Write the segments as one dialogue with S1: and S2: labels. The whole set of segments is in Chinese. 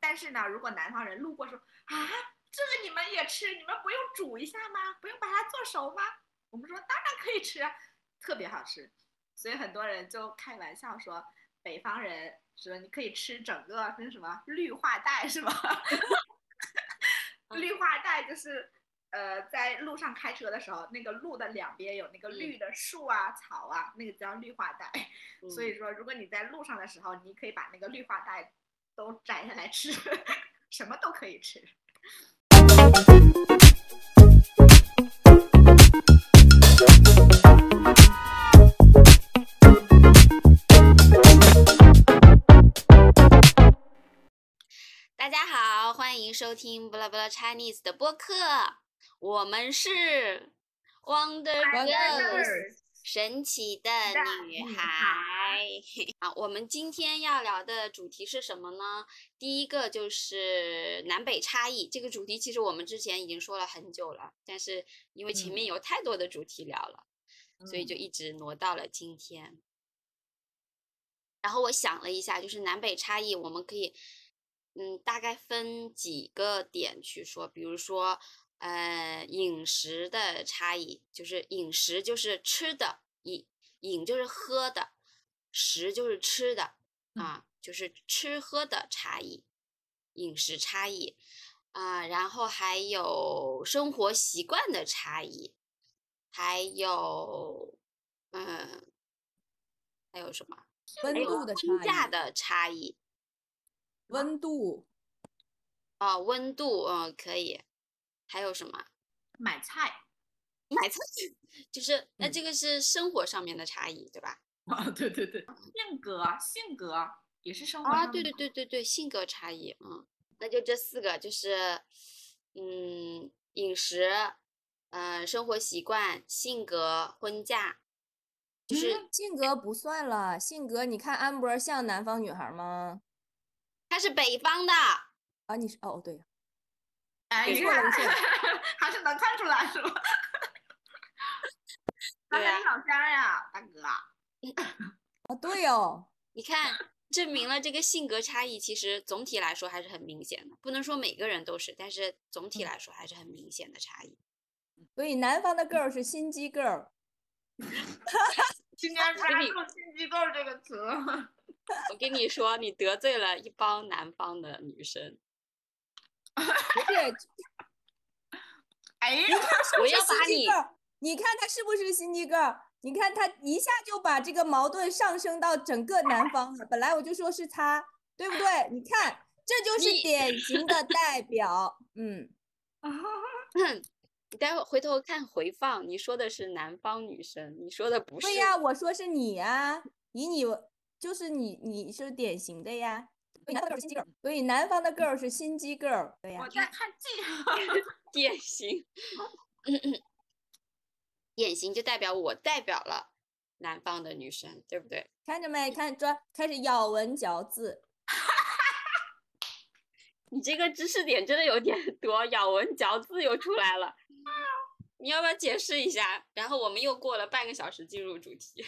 S1: 但是呢，如果南方人路过说啊，这个你们也吃，你们不用煮一下吗？不用把它做熟吗？我们说当然可以吃，啊，特别好吃。所以很多人就开玩笑说，北方人说你可以吃整个那什么绿化带是吗？ 绿化带就是呃，在路上开车的时候，那个路的两边有那个绿的树啊、草啊，那个叫绿化带。
S2: 嗯
S1: 所以说，如果你在路上的时候，你可以把那个绿化带都摘下来吃， 什么都可以吃。
S2: 大家好，欢迎收听《不拉不拉 Chinese》的播客，我们是 Wonder Girls 神奇的女
S1: 女
S2: 孩。啊，我们今天要聊的主题是什么呢？第一个就是南北差异。这个主题其实我们之前已经说了很久了，但是因为前
S1: 嗯
S2: 面有太多的主题聊了，所以就一直挪到了今天。然后我想了一下，就是南北差异，我们可以，嗯，大概分几个点去说，比如说，呃，饮食的差异，就是饮食就是吃的，饮饮就是喝的，食就是吃的，
S1: 嗯
S2: 啊，就是吃喝的差异，饮食差异，啊，然后还有生活习惯的差异，还有，嗯，还有什么？还
S3: 温
S2: 有
S3: 度的
S2: 婚嫁
S3: 差异，
S2: 哎的差异
S3: 温度
S2: 啊，温度，嗯，可以。还有什么？
S1: 买菜
S2: 买菜就是那
S3: 嗯
S2: 这个是生活上面的差异，对吧？
S1: 啊，对对对， 性格性格也是生活
S2: 啊，
S1: 上
S2: 对
S1: 的
S2: 对对对对，性格差异，嗯，那就这四个，就是，嗯，饮食，呃，生活习惯、性格、婚嫁，就是
S3: 嗯性格不算了，性格你看安博像南方女孩吗？
S2: 他是北方的，
S3: 啊，你是哦对，
S1: 哎
S3: 没
S1: 你
S3: 错
S1: 看
S3: 没错
S1: 还是能看出来是吧？刚才
S2: 对啊
S1: 是老乡呀，大哥。
S3: 啊对哦，
S2: 你看，证明了这个性格差异，其实总体来说还是很明显的。不能说每个人都是，但是总体来说还是很明显的差异。
S3: 所以南
S2: 嗯
S3: 方的 girl 是心机 girl，
S1: 今天
S2: 我跟
S1: 抓
S2: 你
S1: 住“心机 girl” 这个词，
S2: 我跟你说，你得罪了一帮南方的女 生，
S3: 不是
S1: 哎呀，
S2: 我
S3: 是
S2: 要
S3: 心
S2: 把
S3: 机
S2: 你
S3: girl，你看她是不是心机 girl？你看她一下就把这个矛盾上升到整个南方了，本来我就说是她，对不对？你看，这就是
S2: 你
S3: 典型的代表，嗯，
S2: 你待会儿回头看回放，你说的是南方女生，你说的不是
S3: 对 呀，我说是你呀、以你为就是你，你是典型的呀。所以南方 girl 是心机 girl，所以南方的 girl 是心机 girl，对呀
S1: 我。在看剧。
S2: 典型。典嗯型就代表我代表了南方的女生，对不对？
S3: 看着没？看专开始咬文嚼字，
S2: 你这个知识点真的有点 多，咬文嚼字又出来了。 你要不要解释一下？然后我们又过了半个小时进入主题。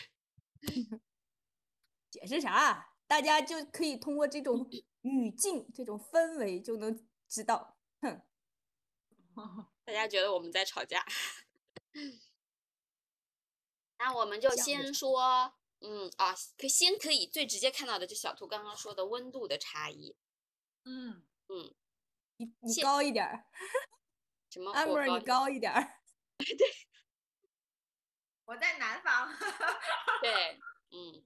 S3: 解释啥？大家就可以通过这 种语境、这种氛围就能知道。哼，
S2: 大家觉得我们在吵架，那我们就
S3: 这样的
S2: 先说，嗯啊，可先可以最直接看到的，就小兔刚刚说的温度的差异，
S1: 嗯，
S3: 你你
S2: 谢
S3: 高一点儿
S2: 什么火
S3: ，amber
S2: 高
S3: 你高一点儿，
S1: 我在南方，
S2: 对， 嗯，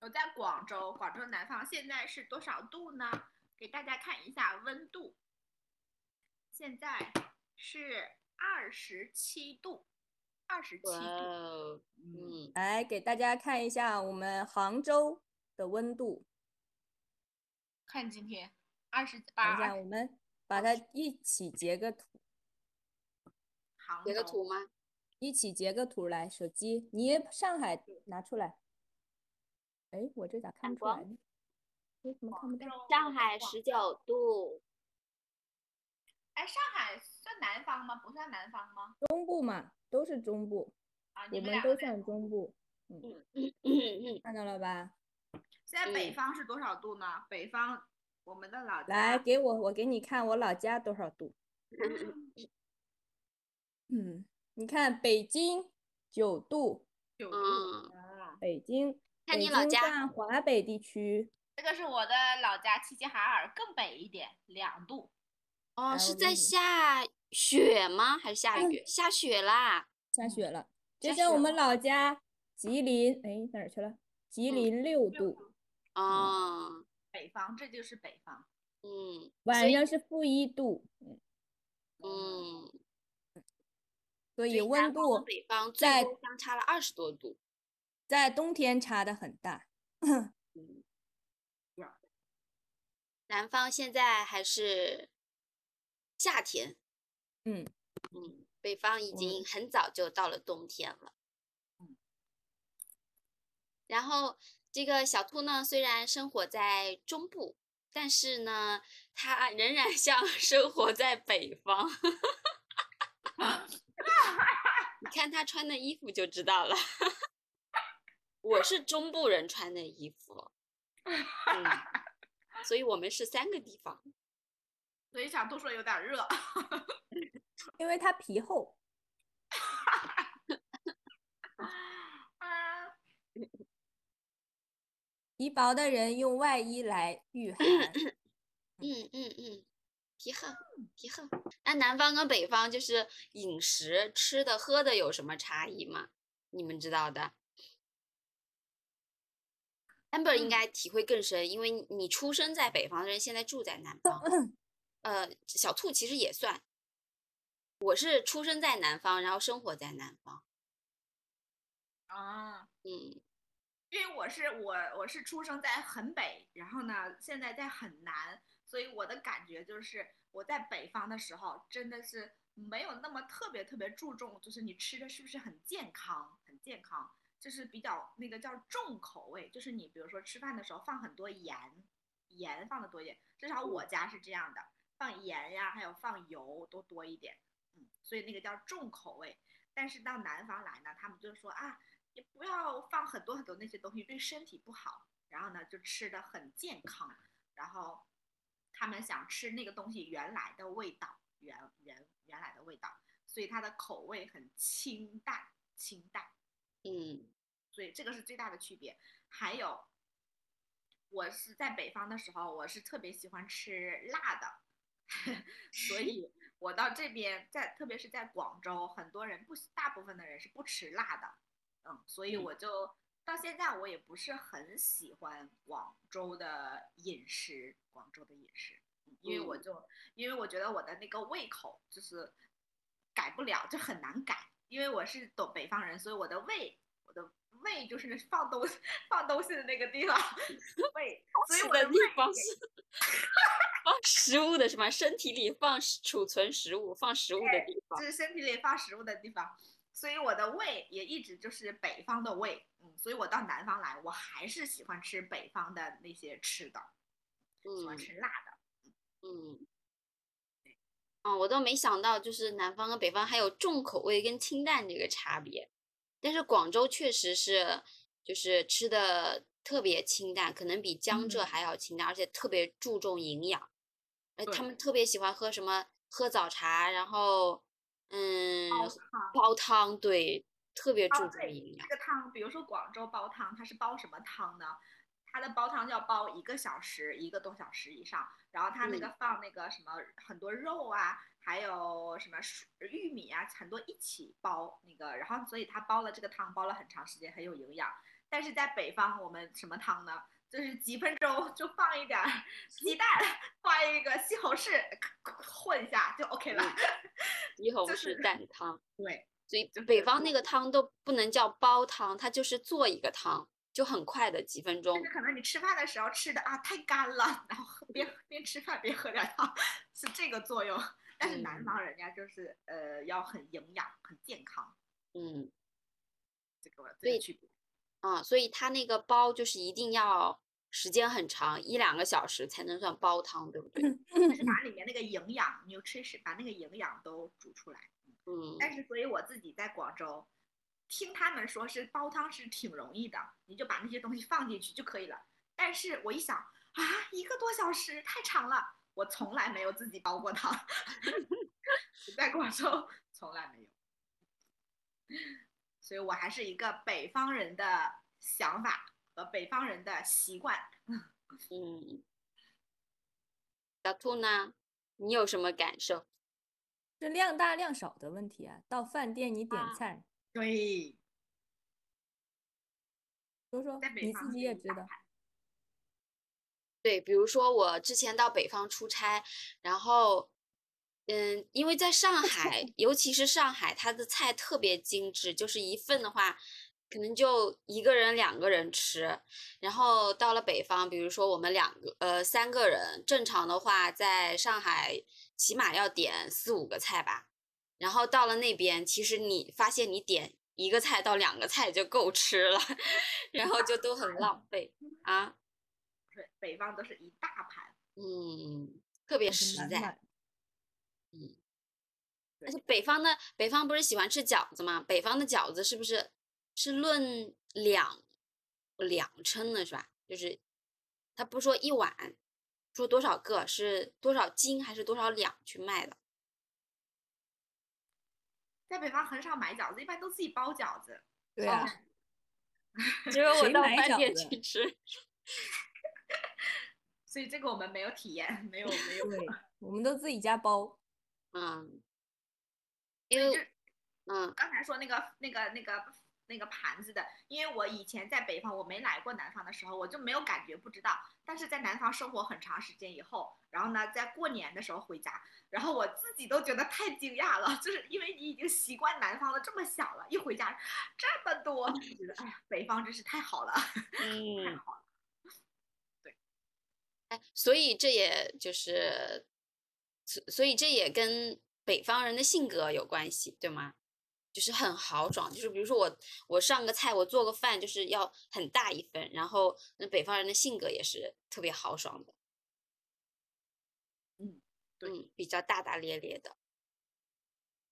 S1: 我在广州，广州南方现在是多少度呢？给大家看一下温度，现在是二十七度，二十七
S2: 哇
S1: 度。
S2: 哦，
S1: 嗯，
S2: 嗯，
S3: 来给大家看一下我们杭州的温度。
S1: 看今天二十
S3: 等
S1: 八
S3: 一，下，我们把它一起截个图，
S1: 杭
S2: 截个
S1: 州
S2: 图吗？
S3: 一起截个图来。手机，你上海拿出来。哎，我这咋看
S2: 闪
S3: 不出来
S2: 光
S3: 呢？为什么看不到？
S2: 上海
S1: 是。
S2: 十九 度，
S1: 哎，上海算南方吗？不算南方吗？
S3: 中部嘛，都是中部，
S1: 啊，你
S3: 我
S1: 们
S3: 们
S1: 两
S3: 都
S1: 个在
S3: 算中部，
S2: 嗯嗯
S3: 看到了吧？
S1: 现在北
S2: 嗯
S1: 方是多少度呢？北方，我们的老家
S3: 来，嗯给我，我给你看我老家多少度。嗯，你看北京九度，
S1: 九度，
S2: 嗯，
S1: 嗯，
S3: 北京，
S2: 看
S3: 北
S2: 你老
S3: 京
S2: 家
S3: 占华北地区。
S1: 这个是我的老家齐齐哈尔，更北一点，两度。
S2: 哦，
S3: 来
S2: 是
S3: 我
S2: 在
S3: 问你
S2: 下雪吗？还是下
S3: 嗯
S2: 雨？下雪啦！
S3: 下雪了，
S2: 嗯下
S3: 就像
S2: 雪
S3: 我们老家吉林，哎，哪儿去了？吉
S2: 嗯
S3: 林六
S1: 六
S3: 度，
S1: 度
S3: 嗯
S2: 哦，
S1: 北方，这就是北方。
S2: 嗯所
S3: 晚
S2: 以
S3: 上是负一度，嗯，
S2: 嗯，
S3: 所
S2: 所
S3: 以
S2: 以
S3: 温
S2: 南方和
S3: 度
S2: 北方最
S3: 在
S2: 多相差了二十多度。
S3: 在冬天差的很大。
S2: 嗯
S1: 是啊，
S2: 南方现在还是夏天，
S3: 嗯
S2: 嗯，北方已
S3: 我
S2: 经很早就到了冬天了。
S1: 嗯
S2: 然后这个小兔呢，虽然生活在中部，但是呢，它仍然 像生活在北方。你看它穿的衣服就知道了。 我是中部人穿的衣服，嗯，所以我们是三个地方。
S1: 所以小兔说有点热，
S3: 因为它皮厚，
S1: 啊，
S3: 皮薄的人用外衣来 御寒。
S2: 嗯嗯嗯，皮厚皮厚。那南方跟北方就是饮食、吃的、喝的有什么差异吗？你们知道的，amber
S1: 嗯
S2: 应该体会更深，因为你你出生在北方的人，现在住在南方。呃，小兔其实也算，我是出生在南方，然后生活在南方。
S1: 啊，
S2: 嗯，
S1: 因为我是我我是出生在很北，然后呢，现在在很南，所以我的感觉就是我在北方的时候真的是没有那么特别特别注重，就是你吃的是不是很健康，很健康，就是比较那个叫重口味，就是你比如说吃饭的时候放很多盐，盐放的多一点，至少我家是这样的，放盐呀，还有放油都多一点，嗯，所以那个叫重口味。但是到南方来呢，他们就说啊，也不要放很多很多那些东西，对身体不好。然后呢，就吃的很健康，然后他们想吃那个东西原来的味道，原原原来的味道，所以它的口味很清淡，清淡。
S2: 嗯
S1: 所以这个是最大的区别。还有，我是在北方的时候，我是特别喜欢吃辣的， 所以我到这边在，特别是在广州，很多人不喜，大部分的人是不吃辣的，嗯，所以
S2: 嗯
S1: 我就到现在我也不是很喜欢广州的饮食，广州的饮食，嗯因为我
S2: 嗯
S1: 就、因为我觉得我的那个胃口就是改不了，就很难改。因为我是东北方人，所以我的胃，我的胃就是那放东放东西的那个地 方，胃，所以
S2: 吃
S1: 我的
S2: 的
S1: 胃
S2: 地方是放食物的是吗？身体里放食储存食物、放食物的地方
S1: 就。是身体里放食物的地方，所以我的胃也一直就是北方的胃，嗯，所以我到南方来，我还是喜欢吃北方的那些吃的，喜欢
S2: 嗯
S1: 吃辣的，
S2: 嗯，啊，我都没想到，就是南方跟北方还有重口味跟清淡这个差别。但是广州确实是，就是吃的特别清淡，可能比江浙
S1: 嗯
S2: 还要清淡，而且特别注重营养。呃，他
S1: 对
S2: 们特别喜欢喝什么？喝早茶，然后嗯，
S1: 煲汤。
S2: 煲汤，对，特别
S1: 煲
S2: 注重
S1: 对
S2: 营养
S1: 这。个汤，比如说广州煲汤，它是煲什么汤呢？它的煲汤要煲一个小时，一个多小时以上。然后它那
S2: 嗯
S1: 个放那个什么很多肉啊，还有什么蔬玉米啊，很多一起煲那个。然后所以它煲了这个汤，煲了很长时间，很有营养。但是在北方，我们什么汤呢？就是几分钟就放一点儿鸡蛋，放一个西红柿，混一下就 OK 了。
S2: 嗯西红
S1: 就是
S2: 柿蛋汤。
S1: 对，
S2: 所以
S1: 就
S2: 北
S1: 是
S2: 方那个汤都不能叫煲汤，它就是做一个汤，就很快的几分钟
S1: 就是。可能你吃饭的时候吃的啊太干了，然后喝边边吃饭边喝点汤，是这个作用。但是南
S2: 嗯
S1: 方人家就是呃要很营养、很健康，
S2: 嗯
S1: 这个这
S2: 对
S1: 个区别。
S2: 啊，所以它那个煲就是一定要时间很长，一两个小时才能算煲汤，对不对？
S1: 就是把里面那个营养 nutrition 把那个营养都煮出来。
S2: 嗯
S1: 但是所以我自己在广州，听他们说是煲汤是挺容易的，你就把那些东西放进去就可以了。但是我一想啊，啊，一个多小时太长了，我从来没有自己煲过汤， 在广州从来没有，所以我还是一个北方人的想法和北方人的习惯。
S2: 嗯，小兔呢，你有什么感受？
S3: 这量大量少的问题啊。到饭店你点
S2: 啊
S3: 菜，
S1: 对，
S3: 说说
S1: 在北
S3: 你
S1: 方
S3: 自己
S1: 可
S3: 也
S1: 以
S3: 知
S1: 打
S3: 道，
S2: 对，比如说我之前到北方出差，然后，嗯，因为在上海，尤其是上海，它的菜特别精致，就是一份的话，可能就一个人、两个人吃。然后到了北方，比如说我们两个呃三个人，正常的话在上海起码要点四五个菜吧。然后到了那边，其实你发现你点一个菜到两个菜就够吃了， 然后就都很浪费啊。
S1: 对北方都是一大盘，
S2: 嗯，特别
S3: 就是
S2: 实
S3: 满
S2: 在。
S3: 满
S2: 而且北方的北方不是喜欢吃饺子吗？北方的饺子是不是是论两两称的是吧？就是他不说一碗，说多少个是多少斤还是多少两去卖的？
S1: 在北方很少买饺子，一般都自己包饺子。
S3: 对
S2: 哦
S3: 啊，
S2: 只 有我
S3: 谁
S2: 到
S3: 买
S2: 饭
S3: 饺
S2: 店
S3: 子
S2: 去吃。
S1: 所以这个我们没有体验， 没有没有。
S3: 对， 我们都自己家包。
S2: 嗯，因
S1: 所以
S2: 为
S1: 这
S2: 嗯
S1: 刚才说那个那个那个那个盘子的，因为我以前在北方，我没来过南方的时候，我就没有感觉，不知道。但是在南方生活很长时间以后，然后呢，在过年的时候回家，然后我自己都觉得太惊讶了，就是因为你已经习惯南方的这么小了，一回家这么多，就觉得哎呀，北方真是太好了。
S2: 嗯
S1: 好，
S2: 哎，所以这也就是，所所以这也跟北方人的性格有关系，对吗？就是很豪爽，就是比如说我我上个菜，我做个饭，就是要很大一份，然后那北方人的性格也是特别豪爽的，
S1: 嗯，对
S2: 嗯，比较大大咧咧的，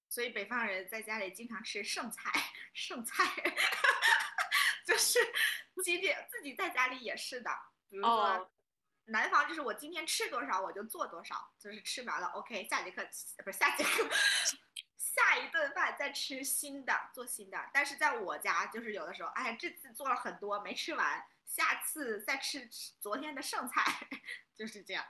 S1: 所以北方人在家里经常吃剩菜，剩菜， 就是今天自己在家里也是的，比如说、
S2: 哦
S1: 南方就是我今天吃多少我就做多少，就是吃完了 OK，下节课呃不是下节课， 下一顿饭再吃新的，做新的。但是在我家就是有的时候，哎，这次做了很多没吃完，下次再吃昨天的剩菜， 就是这样。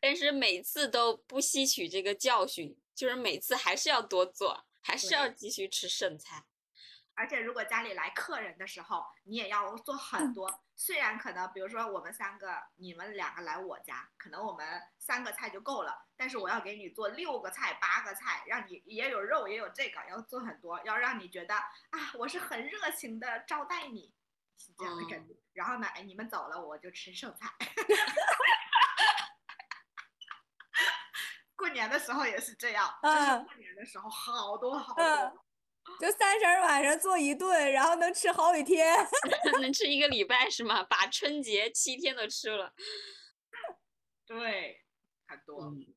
S2: 但是每次都不吸取这个教训，就是每次还是要多做，还是要
S1: 对
S2: 继续吃剩菜，
S1: 而且如果家里来客人的时候，你也要做
S3: 嗯
S1: 很多。虽然可能，比如说我们三个，你们两个来我家，可能我们三个菜就够了，但是我要给你做六个菜、八个菜，让你也有肉，也有这个，要做很多，要让你觉得啊，我是很热情的招待你，是这样的
S3: 哦
S1: 感觉。 然后呢，哎，你们走了，我就吃剩菜。 过年的时候也是这样，就是
S3: 嗯
S1: 过年的时候好多好多。
S3: 嗯，就三十儿晚上做一顿，然后能吃好几天。
S2: 能吃一个礼拜是吗？把春节七天都吃了，
S1: 对，很多。
S2: 嗯。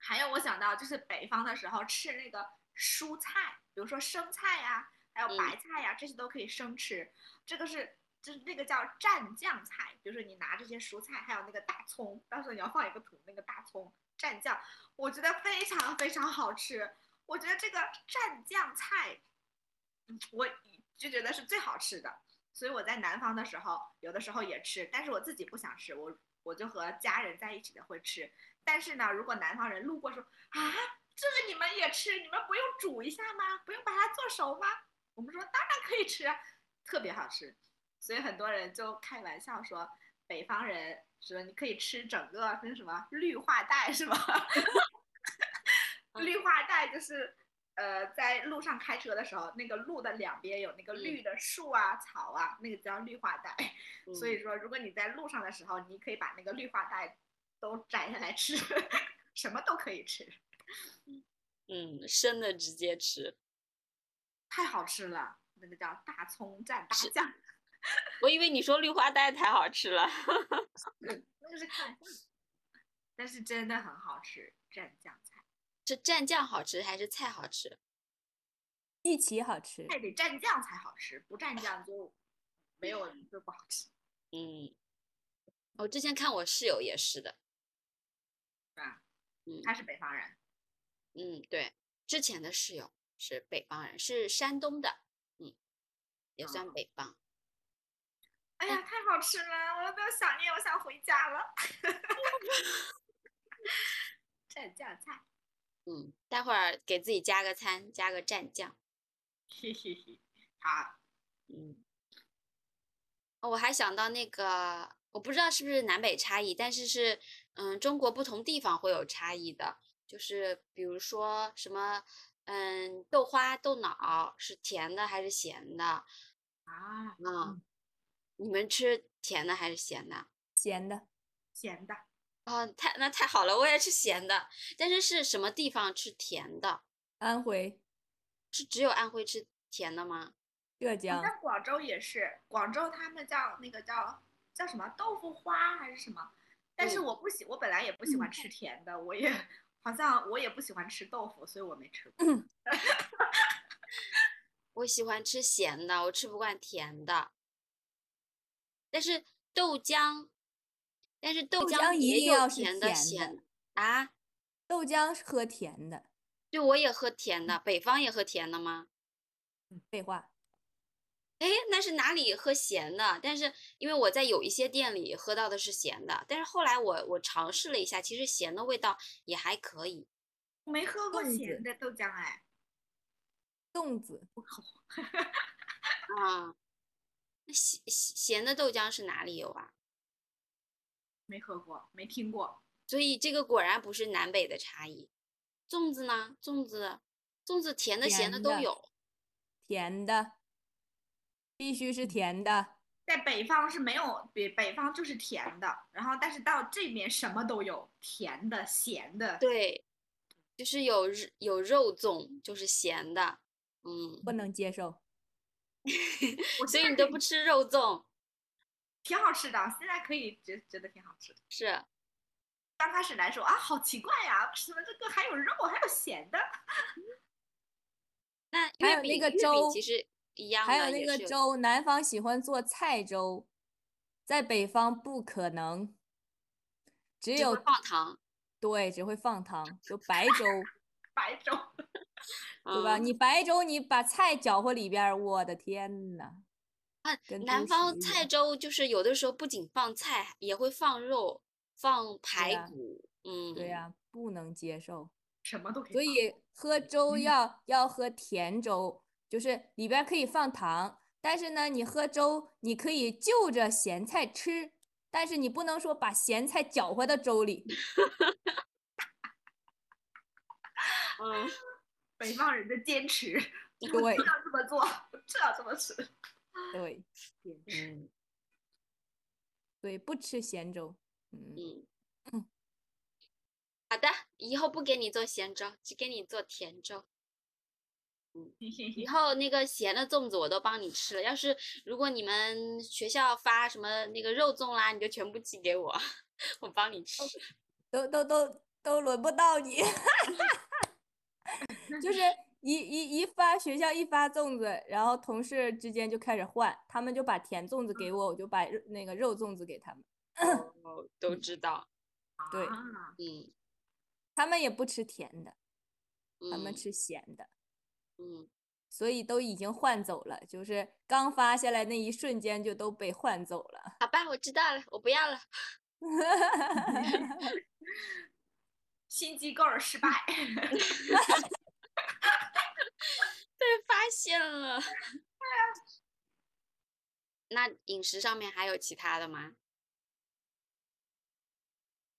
S1: 还有我想到就是北方的时候吃那个蔬菜，比如说生菜呀、还有
S2: 嗯
S1: 白菜呀、这些都可以生吃。这个是就是那个叫蘸酱菜，比如说你拿这些蔬菜，还有那个大葱，到时候你要放一个图，那个大葱蘸酱，我觉得非常非常好吃。我觉得这个蘸酱菜，嗯我就觉得是最好吃的。所以我在南方的时候，有的时候也吃，但是我自己不想吃，我我就和家人在一起的会吃。但是呢，如果南方人路过说啊，这个你们也吃，你们不用煮一下吗？不用把它做熟吗？我们说当然可以吃啊，特别好吃。所以很多人就开玩笑说，北方人说你可以吃整个那什么绿化带是吧？ 绿化带就是呃，在路上开车的时候，那个路的两边有那个
S2: 嗯
S1: 绿的树啊、草啊，那个叫绿化带。 所
S2: 嗯
S1: 以说，如果你在路上的时候，你可以把那个绿化带都摘下来吃， 什么都可以吃，
S2: 嗯，生的直接吃。
S1: 太好吃了。那个叫大葱蘸
S2: 是
S1: 大酱，
S2: 我以为你说绿化带太好吃了。
S1: 那个是蘸酱，但是真的很好吃，蘸酱菜，
S2: 是蘸酱好吃还是菜好吃？
S3: 一起好吃，
S1: 还得蘸 酱才好吃，不蘸酱就没有就不好吃。
S2: 嗯，我之前看我室友也是的，
S1: 是吧？
S2: 嗯
S1: 他是北方人，
S2: 嗯，对，之前的室友是北方人，是山东的，嗯，也算
S1: 哦
S2: 北方。
S1: 哎呀，太好吃了，我都没有想念，我想回家了。 蘸酱菜，
S2: 嗯，待会儿给自己加个餐，加个蘸酱。
S1: 嘿嘿嘿，好，
S2: 嗯，哦我还想到那个，我不知道是不是南北差异，但是是，嗯，中国不同地方会有差异的，就是比如说什么，嗯，豆花、豆脑是甜的还是咸的？
S1: 啊，
S2: 嗯，你们吃甜的还是咸的？
S3: 咸的，
S1: 咸的，
S2: 哦，太那太好了，我也吃咸的，但是是什么地方吃甜的？
S3: 安徽、
S2: 是只有安徽吃甜的吗？
S3: 浙
S1: 你
S3: 江
S1: 像广州也是，广州他们叫那个叫叫什么豆腐花还是什么，但是
S2: 嗯
S1: 我不喜，我本来也不喜欢吃甜的，我也好像我也不喜欢吃豆腐，所以我没吃过。
S2: 我喜欢吃咸的，我吃不惯甜的。但是豆浆，但是豆
S3: 豆浆一
S2: 也
S3: 定
S2: 有
S3: 要是
S2: 甜的
S3: 甜的
S2: 咸啊！
S3: 豆浆是喝甜的。
S2: 对，我也喝甜
S3: 嗯
S2: 的，北方也喝甜的吗？嗯
S3: 废话，
S2: 哎，那是哪里喝咸的？但是因为我在有一些店里喝到的是咸的，但是后来我我尝试了一下，其实咸的味道也还可以。
S1: 我没喝过
S3: 粽
S1: 咸
S3: 子
S1: 的豆浆，哎，
S3: 粽子
S2: 啊，那咸咸咸的豆浆是哪里有啊？
S1: 没喝过，没听过。
S2: 所以这个果然不是南北的差异。粽子呢？粽子，粽子甜的、咸的
S3: 甜
S2: 都
S3: 的
S2: 有。
S3: 甜的，必须是甜的。
S1: 在北方是没有，北北方就是甜的，然后但是到这边什么都有，甜的、咸的，
S2: 对，就是有日有肉粽，就是咸的。嗯，
S3: 不能接受。
S1: 我
S2: 所
S1: 现
S2: 以
S1: 在
S2: 你都
S1: 可 以
S2: 不吃肉粽，
S1: 挺好吃的，现在可以觉觉得挺好吃的。
S2: 是
S1: 刚开始来说啊，好奇怪呀、为什么这个还有肉，还有咸的？
S2: 那
S3: 还
S2: 月
S3: 有那
S2: 饼
S3: 个
S2: 月饼
S3: 粥
S2: 其实一样
S3: 还有
S2: 的
S3: 那
S2: 也
S3: 个
S2: 是有
S3: 粥，南方喜欢做菜粥，在北方不可能，只
S2: 只
S3: 有
S2: 会放糖，
S3: 对只会放糖， 就白粥，
S1: 白粥，
S3: 对吧？
S2: 嗯
S3: 你白粥，你把菜搅和里边儿，我的天呐，
S2: 啊，
S3: 跟
S2: 南
S3: 猪
S2: 方
S3: 食一
S2: 菜
S3: 样
S2: 粥就是有的时候不仅放菜，也会放肉，放排
S3: 呀
S2: 骨。嗯，啊
S3: 对呀、不能接受。
S1: 什么都可以。
S3: 所，以喝粥
S1: 嗯
S3: 要要喝甜粥，就是里边儿可以放糖，但是呢，你喝粥你可以就着咸菜吃，但是你不能说把咸菜搅和到 粥里。
S2: 嗯，
S1: 北方人的坚持，
S3: 对
S1: 不要这么做，我就要这么吃。
S3: 对
S1: 坚持，
S2: 嗯
S3: 对，不吃咸粥。嗯，
S2: 嗯嗯，好的，以后不给你做咸粥，只给你做甜粥。以后那个咸的粽子我都帮你吃了。要是如果你们学校发什么那个肉粽啦，你就全部寄给我， 我帮你
S3: 哦
S2: 吃。
S3: 都都都都轮不到你， 就是一一一发学校一发粽子，然后同事之间就开始换，他们就把甜粽子给我，我就把肉那个肉粽子给他们，
S2: 哦，都知道。
S3: 对
S1: 啊
S2: 嗯
S3: 他们也不吃甜的，他们
S2: 嗯
S3: 吃咸的。
S2: 嗯，
S3: 所以都已经换走了，就是刚发下来那一瞬间就都被换走了。
S2: 好吧，我知道了，我不要了。
S1: 嗯新机构失败，
S2: 被发现了。 那饮食上面还有其他的吗？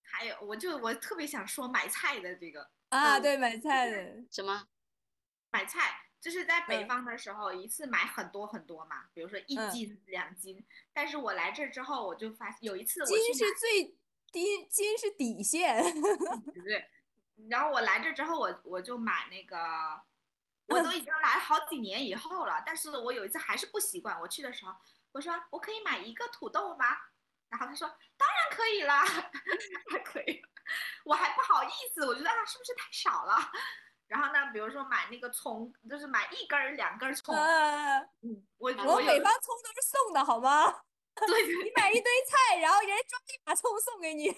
S1: 还有，我就我特别想说买菜的这个
S3: 啊，
S2: 嗯
S3: 对，买菜的，
S2: 什么？
S1: 买菜，就是在北
S3: 嗯
S1: 方的时候一次买很多很多嘛，比如说一
S3: 嗯
S1: 斤两斤，但是我来这儿之后我就发现有一次我去
S3: 金
S1: 买
S3: 是最低，金是底线。
S1: 对不对？然后我来这之后我，我就买那个，我
S3: 嗯
S1: 都已经来好几年以后了，但是我有一次还是不习惯。我去的时候，我说我可以买一个土豆吗？然后他说当然可以啦， 当然可以。我还不好意思，我觉得啊是不是太少了？ 然后呢，比如说买那个葱，就是买一根儿两根儿葱，
S3: 啊，
S1: 我
S2: 啊
S1: 嗯我
S3: 我
S1: 有
S3: 北方葱都是送的好吗？
S1: 对
S3: 你买一堆菜，然后人家装一把葱送给你。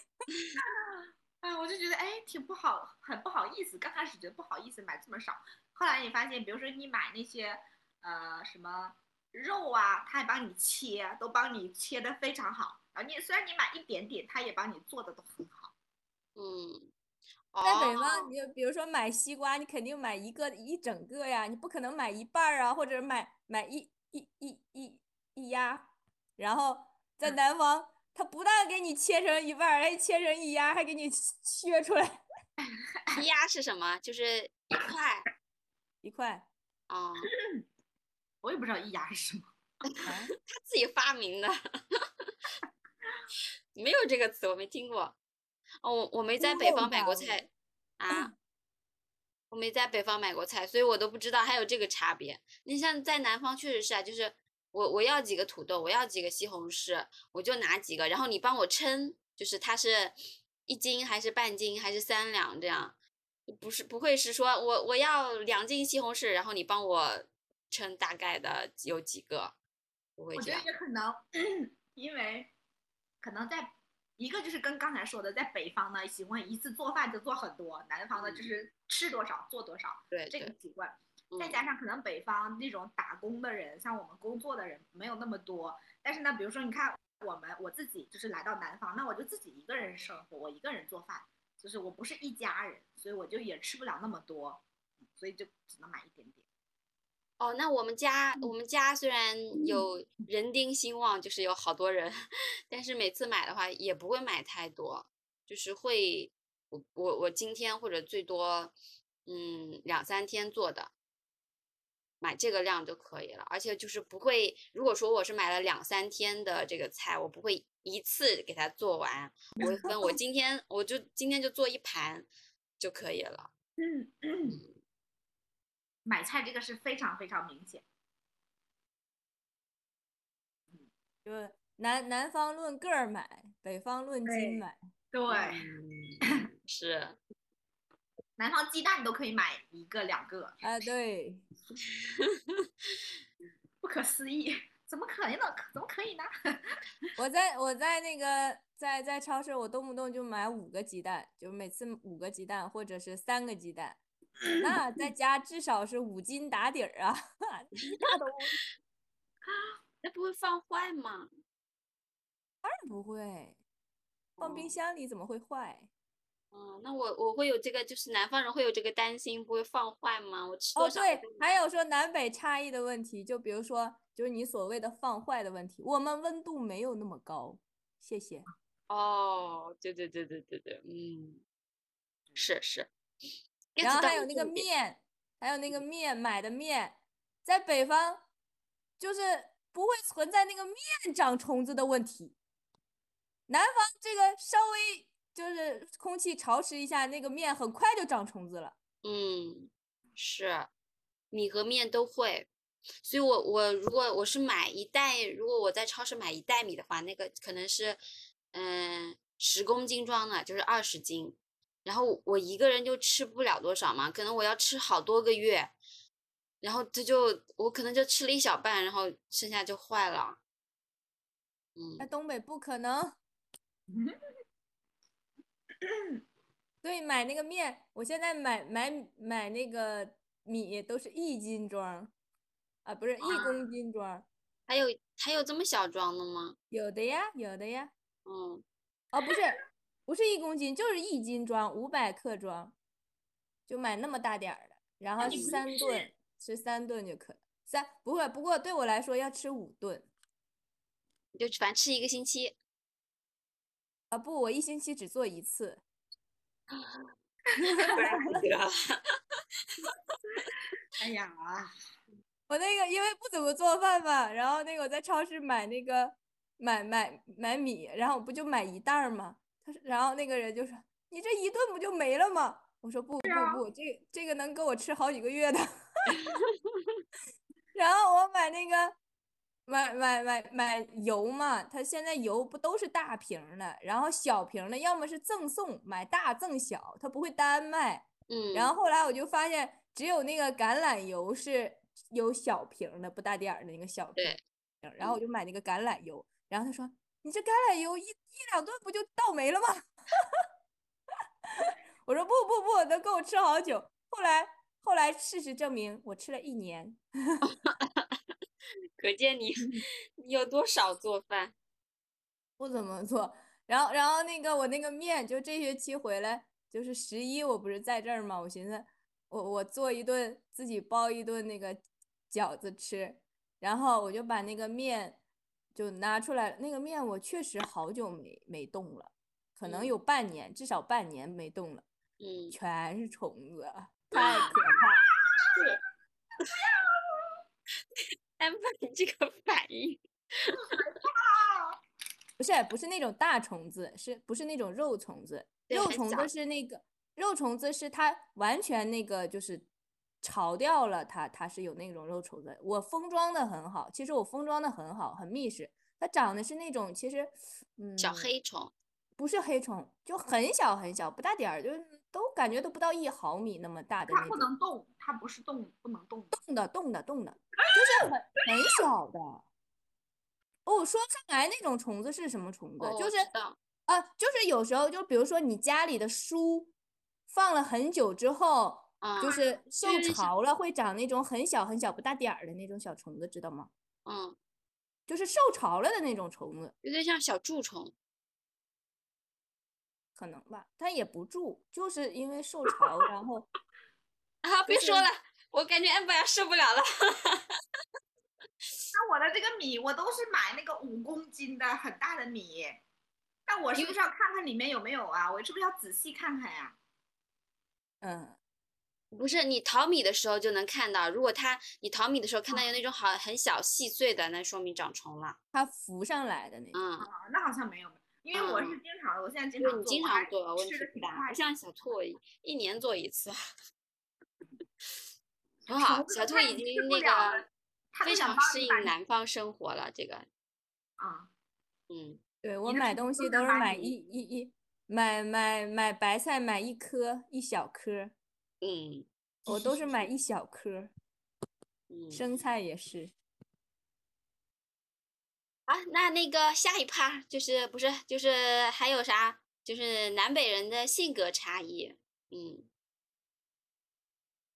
S1: 啊，我就觉得哎，挺不好，很不好意思。刚开始觉得不好意思买这么少，后来你发现，比如说你买那些呃什么肉啊，他还帮你切，都帮你切的非常好。然后你虽然你买一点点，他也帮你做的都很好。
S2: 嗯，
S3: 在北
S2: 哦
S3: 方，你就比如说买西瓜，你肯定买一个一整个呀，你不可能买一半儿啊，或者买买一一一一一压。然后在
S1: 嗯
S3: 南方，他不但给你切成一半儿，还切成一压，还给你削出来
S2: 一压是什么？就是一块
S3: 一块。
S2: 啊，
S1: 我也不知道一牙是什么，
S3: 啊
S2: 他自己发明的， 没有这个词，我没听过。哦，我我没在北
S3: 肉
S2: 方买
S3: 吧
S2: 过
S3: 我
S2: 菜啊，我没在北方买过菜，所以我都不知道还有这个差别。你像在南方确实是啊，就是我我要几个土豆，我要几个西红柿，我就拿几个，然后你帮我称，就是它是一斤还是半斤还是三两这样，不是不会是说我我要两斤西红柿，然后你帮我称大概的有几个，不会
S1: 我觉
S2: 这
S1: 得
S2: 样。
S1: 也可能 因为可能在一个就是跟刚才说的，在北方呢喜欢一次做饭就做很多，南方呢就
S2: 嗯
S1: 是吃多少做多少，
S2: 对
S1: 这
S2: 对
S1: 个，习惯。再
S2: 嗯
S1: 加上可能北方那种打工的人，像我们工作的人没有那么多，但是呢，比如说你看我们我自己就是来到南方，那我就自己一个人生活，我一个人做饭，就是我不是一家人，所以我就也吃不了那么多，嗯所以就只能买一点点。
S2: 哦，那我们家我们家虽然有人丁兴旺，就是有好多人， 但是每次买的话也不会买太多，就是会我我我今天或者最多嗯两三天做的，买这个量就可以了。而且就是不会，如果说我是买了两三天的这个菜，我不会一次给它做完，我会分我今天我就今天就做一盘就可以了。
S1: 嗯，买菜这个是非常非常明显。
S3: 就南南方论个儿买，北方论斤
S1: 对
S3: 买。
S1: 对，
S2: 嗯是。
S1: 南方鸡蛋你都可以买一个两个，
S3: 啊，对，
S1: 不可思议，怎么可能？怎么可以呢？
S3: 我在我在那个在在超市，我动不动就买五个鸡蛋，就每次五个鸡蛋或者是三个鸡蛋，那在家至少是五斤打底儿啊， 一大兜儿。
S2: 那不会放坏吗？
S3: 不会，放冰
S2: 哦
S3: 箱里怎么会坏？
S2: 嗯，那我我会有这个，就是南方人会有这个担心，不会放坏吗？我吃
S3: 哦，
S2: 多少？
S3: 对，还有说南北差异的问题，就比如说，就是你所谓的放坏的问题，我们温度没有那么高，谢谢。
S2: 哦，对对对对对对，嗯，是是。get
S3: 嗯然后
S2: 到
S3: 还有
S2: 我
S3: 那
S2: 这
S3: 个
S2: 一点，
S3: 面，还有那个面买的面，在北方就是不会存在那个面长虫子的问题。南方这个稍微就是空气潮湿一下，那个面很快就长虫子了。
S2: 嗯，是，米和面都会。所以我，我如果我是买一袋，如果我在超市买一袋米的话，那个可能是，嗯，十公斤装的，就是二十斤。然后我一个人就吃不了多少嘛，可能我要吃好多个月。然后这就我可能就吃了一小半，然后剩下就坏了。嗯
S3: 那，东北不可能。
S1: 嗯
S3: 对，买那个面，我现在买买买那个米都是一斤装儿，啊，不是一公斤装儿，
S2: 还有还有这么小装的吗？
S3: 有的呀，有的呀，
S2: 嗯，
S3: 哦，不是，不是一公斤，就是一斤装，五百克装，就买那么大点儿的，然后
S1: 你不
S3: 三顿吃三顿就可以，三不会，不过对我来说要吃五顿
S2: 你就反正吃一个星期。
S3: 啊，不，我一星期只做一次，
S2: 不然不得了
S1: 哎呀，
S3: 我那个因为不怎么做饭嘛，然后那个我在超市买那个买买买米，然后我不就买一袋儿嘛，他说，然后那个人就说你这一顿不就没了吗？我说不不不，这个这个能够我吃好几个月的。 然后我买那个买买买买油嘛，它现在油不都是大瓶儿的，然后小瓶儿的要么是赠送，买大赠小，它不会单卖。
S2: 嗯，
S3: 然后后来我就发现，只有那个橄榄油是有小瓶儿的，不大点儿的那个小瓶
S2: 对嗯
S3: 儿。然后我就买那个橄榄油，然后他说：“你这橄榄油一一两顿不就倒没了吗？” 我说：“不不不，能够我吃好久。”后来后来事实证明，我吃了一年。
S2: 可见你
S1: 嗯
S2: 你有多少做饭。
S3: 不怎么做。然后，然后那个我那个面，就这学期回来，就是十一，我不是在这儿嘛，我寻思我我做一顿自己包一顿那个饺子吃，然后我就把那个面就拿出来了，那个面我确实好久没没动了，可能
S2: 嗯
S3: 有半年，至少半年没动了，
S2: 嗯，
S3: 全是虫子，太可怕了。
S2: 安娜，你这个反应，
S3: 不是不是那种大虫子，是不是那种肉虫子？
S2: 对
S3: 肉
S2: 很
S3: 虫
S2: 小
S3: 子是那个肉虫子是它完全那个就是潮掉了它，它是有那种肉虫子。我封装的很好，其实我封装的很好，很密实。它长的是那种其实嗯
S2: 小黑虫，
S3: 不是黑虫，就很小很小，不大点儿，就是都感觉都不到一毫米那么大的
S1: 它
S3: 那
S1: 不
S3: 种，
S1: 能动，它不是动不能动的。
S3: 动的动的动的，就是很很小的。哦，我说不上来那种虫子是什么
S1: 嗯
S3: 虫子，
S2: 哦
S3: 就
S2: 我
S3: 是
S2: 知道
S3: 啊，就是有时候，就比如说你家里的书放了很久之后，
S2: 啊，
S3: 就是受
S2: 就是像
S3: 潮了，会长那种很小很小不大点儿的那种小虫子，知道吗？
S2: 嗯，
S3: 就是受潮了的那种虫子，
S2: 有点像小蛀虫，
S3: 可能吧，它也不住，就是因为受潮，然后
S2: 啊，别
S3: 是
S2: 说了，我感觉安博要受不了了。
S1: 那我的这个米，我都是买那个五公斤的很大的米，那我是不是要看看里面有没有啊？我是不是要仔细看看呀、
S3: 嗯，
S2: 不是你淘米的时候就能看到，如果它你淘米的时候
S1: 嗯
S2: 看到有那种好很小细碎的，那说明长虫了。
S3: 它浮上来的那种，
S2: 嗯，
S1: 啊？那好像没有，因为我是
S2: 嗯
S1: 经常，我现在经
S2: 因为
S1: 常
S2: 你
S1: 做，
S2: 经
S1: 我还
S2: 常做，啊问题
S1: 吃的
S2: 不
S1: 挺
S2: 大，
S1: 快
S2: 不
S1: 的。
S2: 像小兔一一年做 一次，很
S1: 虫
S2: 好。
S1: 子
S2: 小
S1: 都
S2: 兔
S1: 快
S2: 已
S1: 你吃
S2: 经
S1: 不
S2: 那
S1: 了了
S2: 个
S1: 它都
S2: 非
S1: 想
S2: 常
S1: 帮
S2: 适
S1: 你
S2: 应
S1: 把你
S2: 南方生活了，这个，
S1: 啊，
S2: 嗯，
S3: 对，我
S1: 的
S3: 买
S1: 虫
S3: 东
S1: 子
S3: 西
S1: 都
S3: 都
S1: 能
S3: 是
S1: 把
S3: 买
S1: 你
S3: 一一一买买买白菜买一颗一小颗，
S2: 嗯
S3: 我都是买一小颗，
S2: 嗯，
S3: 生菜也是，
S2: 啊，那那个下一趴就是不是就是还有啥？就是南北人的性格差异。嗯，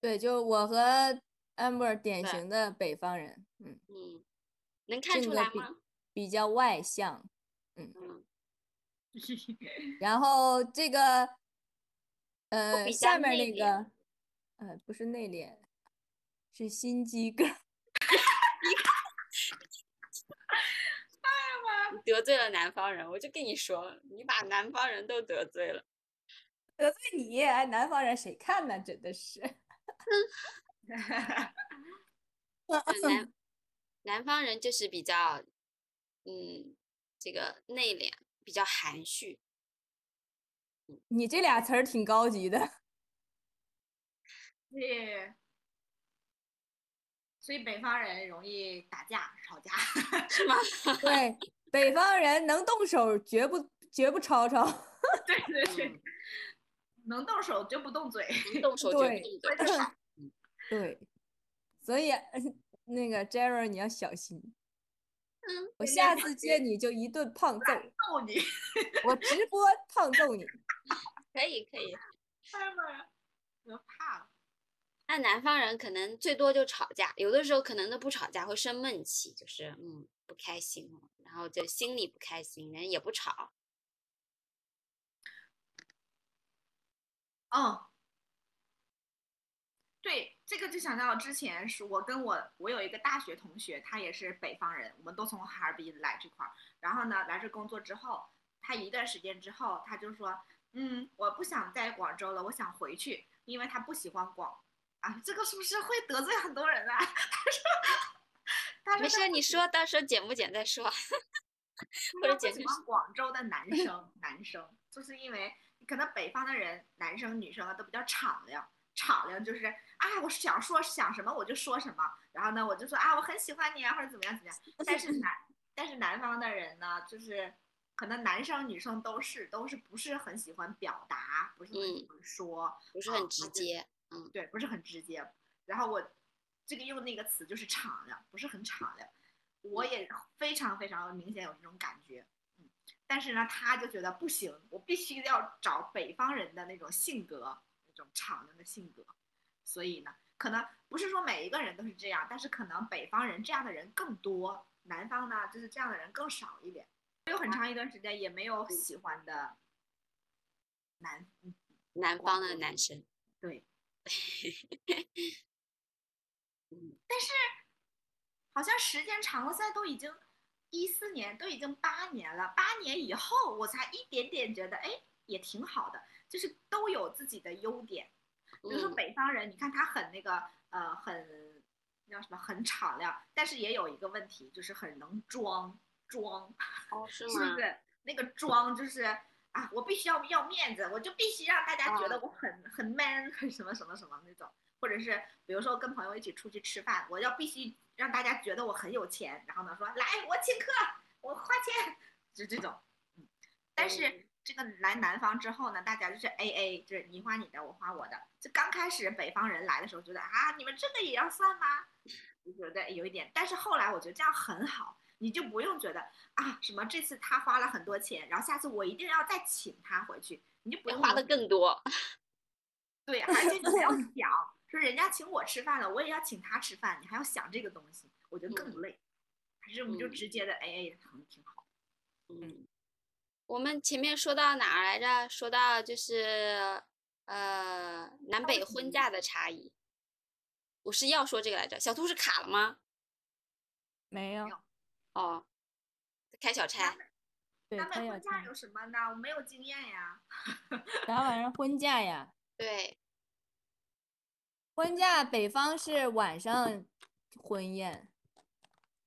S3: 对，就我和 Amber 典
S2: 对
S3: 型的北方人，嗯。
S2: 嗯，能看
S3: 性
S2: 出
S3: 格
S2: 来
S3: 比
S2: 吗？
S3: 比较外向，
S2: 嗯，
S3: 然后这个，呃，
S2: 比
S3: 下
S2: 较
S3: 面
S2: 内
S3: 那
S2: 敛
S3: 个，呃，不是内敛，是心机 girl，
S2: 得罪了南方人，我就跟你说，你把南方人都得罪了。
S3: 得罪你，哎，南方人谁看呢？真的是，
S2: 就南南方人就是比较，嗯，这个内敛，比较含蓄。
S3: 你这俩词儿挺高级的，
S1: 所以，所以北方人容易打架、吵架。
S3: 对，北方人能动手，绝不绝不吵吵，
S1: 对对对
S2: 嗯，，
S1: 能动手就不动嘴。
S2: 能动手就
S3: 对
S2: 动嘴。
S3: 对，所以 那个 Jerry 你要小心，
S2: 嗯，
S3: 我
S1: 天天
S3: 下
S1: 小
S3: 次
S1: 心
S3: 见你就一顿胖揍，
S1: 揍你！
S3: 我直播胖揍你。
S2: 可以可以。
S1: 哎妈，我怕了。
S2: 那南方人可能最多就吵架，有的时候可能都不吵架，会生闷气，就是嗯不开心了，然后就心里不开心，人也不吵。
S1: 嗯，对，这个就想到之前是我跟我我有一个大学同学，他也是北方人，我们都从哈尔滨来这块儿。然后呢，来这工作之后，他一段时间之后，他就说，嗯，我不想在广州了，我想回去，因为他不喜欢广啊，这个是不是会得罪很多人啊？ 他说，他
S2: 没
S1: 说
S2: 事，你说，到时候剪不剪再说。
S1: 他
S2: 或者
S1: 不
S2: 剪
S1: 喜
S2: 成
S1: 欢广州的男生，男生就是因为可能北方的人，男生女生啊都比较敞亮，敞亮就是啊，我想说想什么我就说什么，然后呢我就说啊我很喜欢你啊或者怎么样怎么样，但是南但是南方的人呢，就是可能男生女生都是都是不是很喜欢表达，不是很喜欢说，
S2: 不是
S1: 啊
S2: 很直
S1: 而且
S2: 接，
S1: 对，不是很直接。然后我这个用那个词就是敞亮，不是很敞亮。我也非常非常明显有这种感觉，嗯，但是呢，他就觉得不行，我必须要找北方人的那种性格，那种敞亮的性格，所以呢，可能不是说每一个人都是这样，但是可能北方人这样的人更多，南方呢就是这样的人更少一点。有很长一段时间也没有喜欢的男，
S2: 南
S1: 哦
S2: 方的男生，
S1: 对，
S2: 嗯，
S1: 好像时间长了，现在都已经一四年，都已经八年了。八年以后，我才一点点觉得，哎，也挺好的，就是都有自己的优点。比如说
S2: 嗯
S1: 北方人，你看他很那个，呃，很那叫什么，很敞亮，但是也有一个问题，就是很能装装，
S2: 哦，是
S1: 是
S2: 吗
S1: 不？是？那个装就是啊，我必须要要面子，我就必须让大家觉得
S2: 啊
S1: 我很、很 man，很什么什么什么那种。或者是比如说跟朋友一起出去吃饭，我要必须让大家觉得我很有钱，然后呢说来我请客，我花钱，就这种。嗯，但
S2: 哦
S1: 是这个来南方之后呢，大家就是 A A，就是你花你的，我花我的。就刚开始北方人来的时候，觉得啊，你们这个也要算吗？ 就觉得有一点，但是后来我觉得这样很好，你就不用觉得啊什么这次他花了很多钱，然后下次我一定要再请他回去，你就不
S2: 你
S1: 用
S2: 花的更多，
S1: 对，而且你还要想，说人家请我吃饭了，我也要请他吃饭，你还要想这个东西，我觉得更累。还是我们就
S2: 嗯
S1: 直接的 AA 很挺好。
S2: 嗯，我们前面说到哪儿来着？说到就是呃南北婚嫁的差异，我是要说这个来着。小兔是卡了吗？
S3: 没有
S1: 有，
S2: 哦，开小差
S1: 南，北
S3: 对，
S1: 南
S3: 他
S1: 北
S3: 有
S1: 婚嫁有什么呢？我没有经验 呀。
S3: 啥玩意儿婚嫁呀？
S2: 对，
S3: 婚嫁北方是晚上婚宴，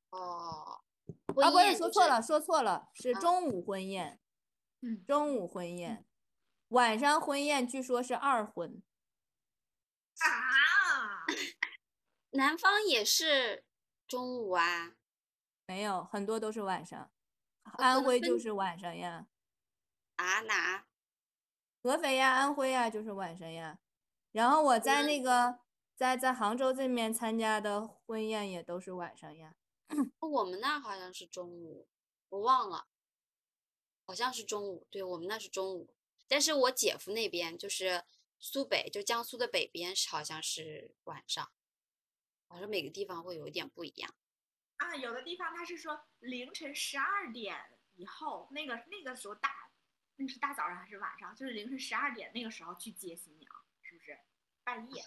S2: 哦，
S3: 啊，
S2: 婚
S3: 不是
S2: 宴
S3: 说
S2: 就
S3: 错
S2: 是
S3: 了，说错了，是
S2: 啊
S3: 中午婚宴，
S1: 嗯，
S3: 中午婚宴，晚上婚宴据说是二婚，
S1: 啊，
S2: 南方也是中午啊，
S3: 没有，很多都是晚上，
S2: 可
S3: 安
S2: 能
S3: 徽就
S2: 分
S3: 是晚上呀，
S2: 啊哪？
S3: 合肥呀，安徽呀就是晚上呀，然后我在
S1: 嗯
S3: 那个在在杭州这面参加的婚宴也都是晚上呀，
S2: 我们那儿好像是中午，我忘了，好像是中午。对，我们那是中午，但是我姐夫那边就是苏北，就江苏的北边是好像是晚上，好像每个地方会有一点不一样。
S1: 啊，有的地方他是说凌晨十二点以后，那个那个时候大，那是大早上还是晚上？就是凌晨十二点那个时候去接新娘，是不是？半夜。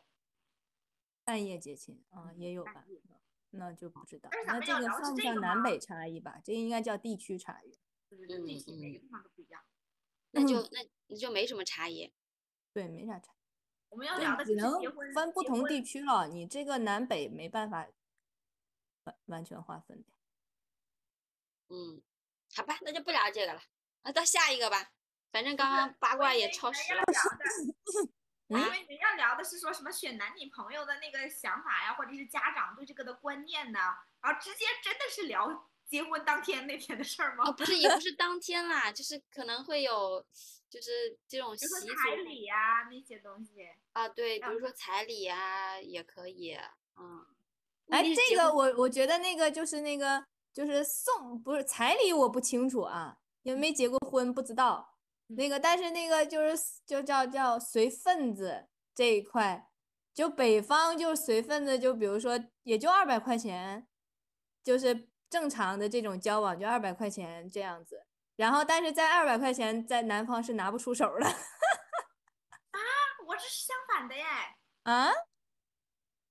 S3: 半夜结亲啊也有
S1: 半
S3: 吧
S1: 夜，哦
S3: 那就不知道
S1: 但是，咱
S3: 那
S1: 们
S3: 这
S1: 要
S3: 个
S1: 聊是
S3: 算不
S1: 这
S3: 算
S1: 个
S3: 南
S1: 吗
S3: 北差异吧？这应该叫地区差异，
S1: 就是地
S2: 嗯
S1: 区每个
S2: 嗯
S1: 地方都不一样。
S2: 那就
S3: 嗯
S2: 那那就没什么差异。
S3: 对，没啥差。
S1: 我们要
S3: 这
S1: 聊的
S3: 只
S1: 就是
S3: 能
S1: 结婚
S3: 分不
S1: 结
S3: 同
S1: 婚
S3: 地区了，你这个南北没办法完完全划分的。
S2: 嗯，好吧，那就不聊这个了，那到下一个吧。反正刚刚八
S1: 我
S2: 卦
S1: 以
S2: 也
S1: 为
S2: 超
S1: 你们
S2: 时
S1: 要
S2: 了。
S1: 聊的， 我
S3: 嗯
S1: 以为你们要聊的是说什么选男女朋友的那个想法呀，或者是家长对这个的观念呢，然后直接真的是聊结婚当天那天的事儿吗
S2: 哦，？不是，也 不是当天啦，就是可能会有，就是这种
S1: 比
S2: 习
S1: 如说
S2: 俗
S1: 彩礼嗯呀、那些东西，
S2: 啊，对，比
S1: 要
S2: 如说彩礼啊，也可以，嗯，
S3: 哎，
S2: 你是
S3: 这
S2: 结
S3: 个
S2: 婚
S3: 我我觉得那个就是那个就是送不是彩礼，我不清楚啊，因为没结过婚不知道。那个但是那个就是就叫叫随份子这一块，就北方就是随份子，就比如说也就二百块钱，就是正常的这种交往就二百块钱这样子。然后但是在二百块钱在南方是拿不出手儿的
S1: 啊我这是相反的耶，
S3: 啊。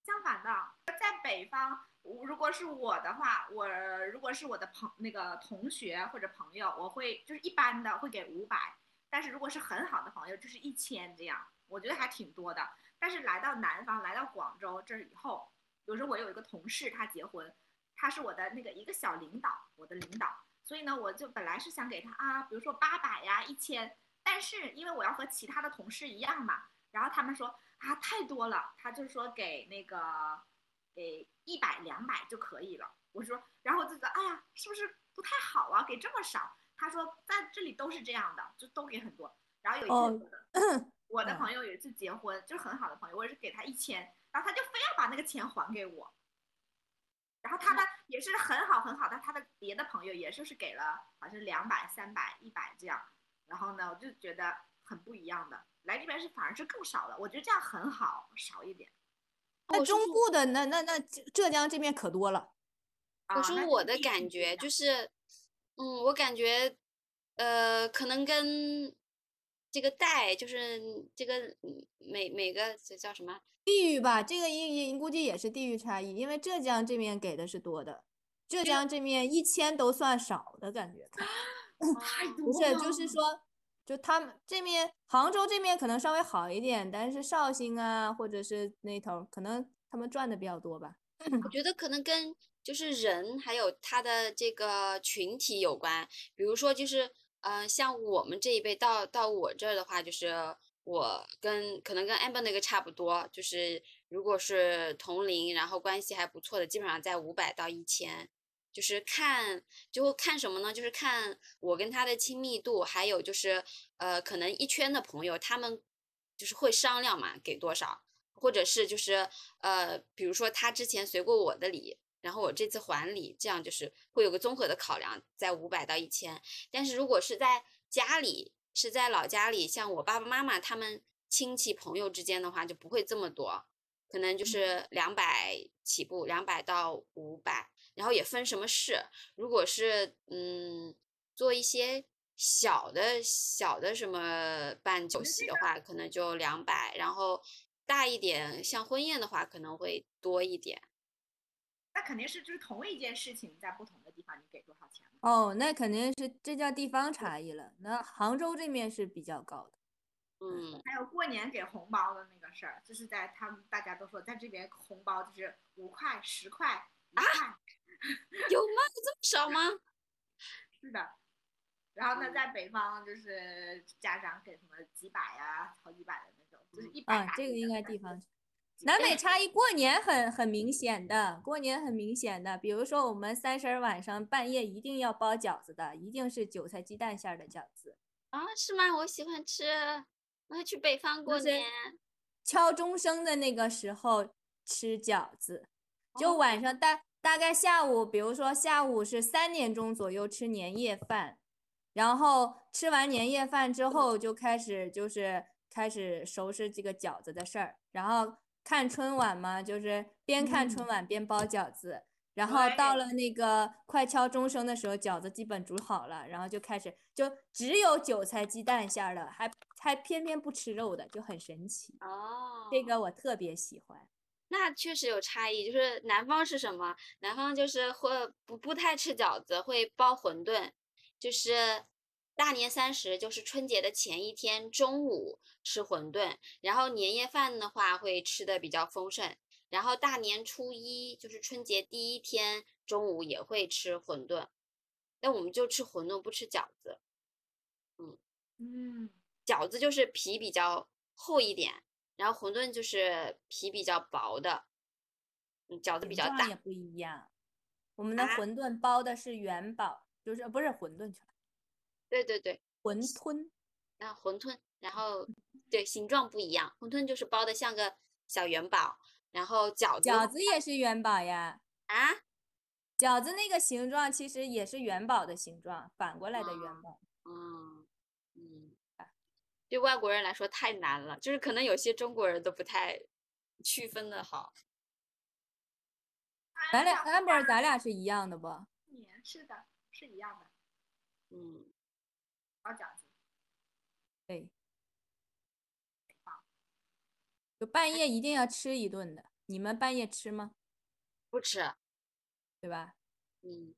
S1: 相反的，在北方，我如果是我的话，我如果是我的朋那个同学或者朋友，我会就是一般的会给五百，但是如果是很好的朋友，就是一千这样，我觉得还挺多的。但是来到南方，来到广州这儿以后，比如说我有一个同事，他结婚，他是我的那个一个小领导，我的领导，所以呢，我就本来是想给他啊，比如说八百呀、一千，但是因为我要和其他的同事一样嘛，然后他们说啊太多了，他就说给那个给一百两百就可以了。我说，然后我就觉得哎呀，是不是不太好啊？给这么少？他说在这里都是这样的，就都给很多。然后有一次我
S3: 哦
S1: 的、 我的
S3: 嗯
S1: 朋友有一次结婚，就是很
S3: 嗯
S1: 好的朋友，我也是给他一千，然后他就非要把那个钱还给我。然后他的也是很好很好，但他的别的朋友也就是给了好像两百、三百、一百这样，然后呢，我就觉得很不一样的。来这边是反而是更少了，我觉得这样很好，少一点。
S3: 那
S2: 我说
S3: 中
S2: 说
S3: 部的那那那浙浙江这边可多了，
S1: 啊
S2: 我说
S1: 那
S2: 我
S1: 这
S2: 的
S1: 一点
S2: 感
S1: 不一
S2: 觉
S1: 样
S2: 就是，嗯，我感觉，呃，可能跟这个带，就是这个嗯每每个这叫什么？
S3: 地域吧，这个也也估计也是地域差异，因为浙江这边给的是多的，浙江这边一千都算少的感觉。
S1: 哦太
S3: 不
S1: 多
S3: 是，
S1: 了，
S3: 就是说，就他们这面，杭州这面可能稍微好一点，但是绍兴啊，或者是那头儿，可能他们赚的比较多吧。
S2: 我觉得可能跟就是人还有他的这个群体有关。比如说，就是呃，像我们这一辈到到我这儿的话，就是我跟可能跟 Amber 那个差不多，就是如果是同龄，然后关系还不错的，基本上在五百到一千。就是看，就会看什么呢？就是看我跟他的亲密度，还有就是，呃，可能一圈的朋友，他们就是会商量嘛，给多少，或者是就是呃，比如说他之前随过我的礼，然后我这次还礼，这样就是会有个综合的考量，在五百到一千。但是如果是在家里，是在老家里，像我爸爸妈妈他们亲戚朋友之间的话，就不会这么多，可能
S1: 嗯
S2: 就是两百起步，两百到五百，然后也分什么事。如果是嗯，做一些。小的小的什么办酒
S1: 觉得
S2: 席
S1: 这
S2: 的话，可能就两百，然后大一点，像婚宴的话可能会多一点。
S1: 那肯定是就是同一件事情，在不同的地方你给多少钱嘛
S3: 哦，那肯定是这叫地方差异了。那杭州这面是比较高的。
S2: 嗯，
S1: 还有过年给红包的那个事儿，就是在他们大家都说，在这边红包就是五块、十块、
S3: 啊
S1: 一块，
S2: 有吗？有这么少吗？
S1: 是的。然后呢，
S2: 嗯
S1: 在北方就是家长给什么几百呀、好几百的那种，就是一百
S3: 啊
S1: 打，
S3: 这
S1: 一的
S3: 个应该
S1: 但
S3: 地
S1: 是
S3: 方差。南
S2: 哎
S3: 北差异过年很很明显的，过年很明显的。比如说我们三十儿晚上半夜一定要包饺子的，一定是韭菜鸡蛋馅儿的饺子，
S2: 啊，是吗？我喜欢吃，我要去北方过
S3: 是
S2: 年。
S3: 敲钟声的那个时候吃饺子，就
S2: 哦
S3: 晚上大大概下午，比如说下午是三点钟左右吃年夜饭，然后吃完年夜饭之后就开始就是开始收拾这个饺子的事儿，然后看春晚嘛，就是边看春晚边包饺子，然后到
S1: 对
S3: 了那个快敲钟声的时候，饺子基本煮好了，然后就开始就只有韭菜鸡蛋馅儿的，还还偏偏不吃肉的，就很神奇。
S2: 哦，
S3: 这个我特别喜欢。
S2: 那确实有差异，就是南方是什么？南方就是会不不太吃饺子，会包馄饨，就是大年三十，就是春节的前一天中午吃馄饨，然后年夜饭的话会吃的比较丰盛，然后大年初一就是春节第一天中午也会吃馄饨，但我们就吃馄饨不吃饺子，
S1: 嗯，
S2: 饺子就是皮比较厚一点，然后馄饨就是皮比较薄的，嗯，饺子比
S3: 形
S2: 较
S3: 状
S2: 大。
S3: 也不一样。我们的
S2: 啊
S3: 馄饨包的是元宝，就是呃不是馄饨去了，
S2: 对对对，
S3: 馄饨。
S2: 然后馄饨，然后
S3: 嗯
S2: 对形状不一样，馄饨就是包的像个小元宝，然后饺子
S3: 饺子也是元宝呀，
S2: 啊，
S3: 饺子那个形状其实也是元宝的形状，反过来的元
S2: 啊
S3: 宝。
S2: 嗯嗯，对外国人来说太难了，就是可能有些中国人都不太区分的好。
S3: 咱俩
S1: 像
S3: amber，咱俩是一样的不？
S1: 过年是的，是一样的，
S2: 嗯，
S1: 包饺子。
S3: 对，就半夜一定要吃一顿的。你们半夜吃吗？
S2: 不吃，
S3: 对吧？
S2: 嗯，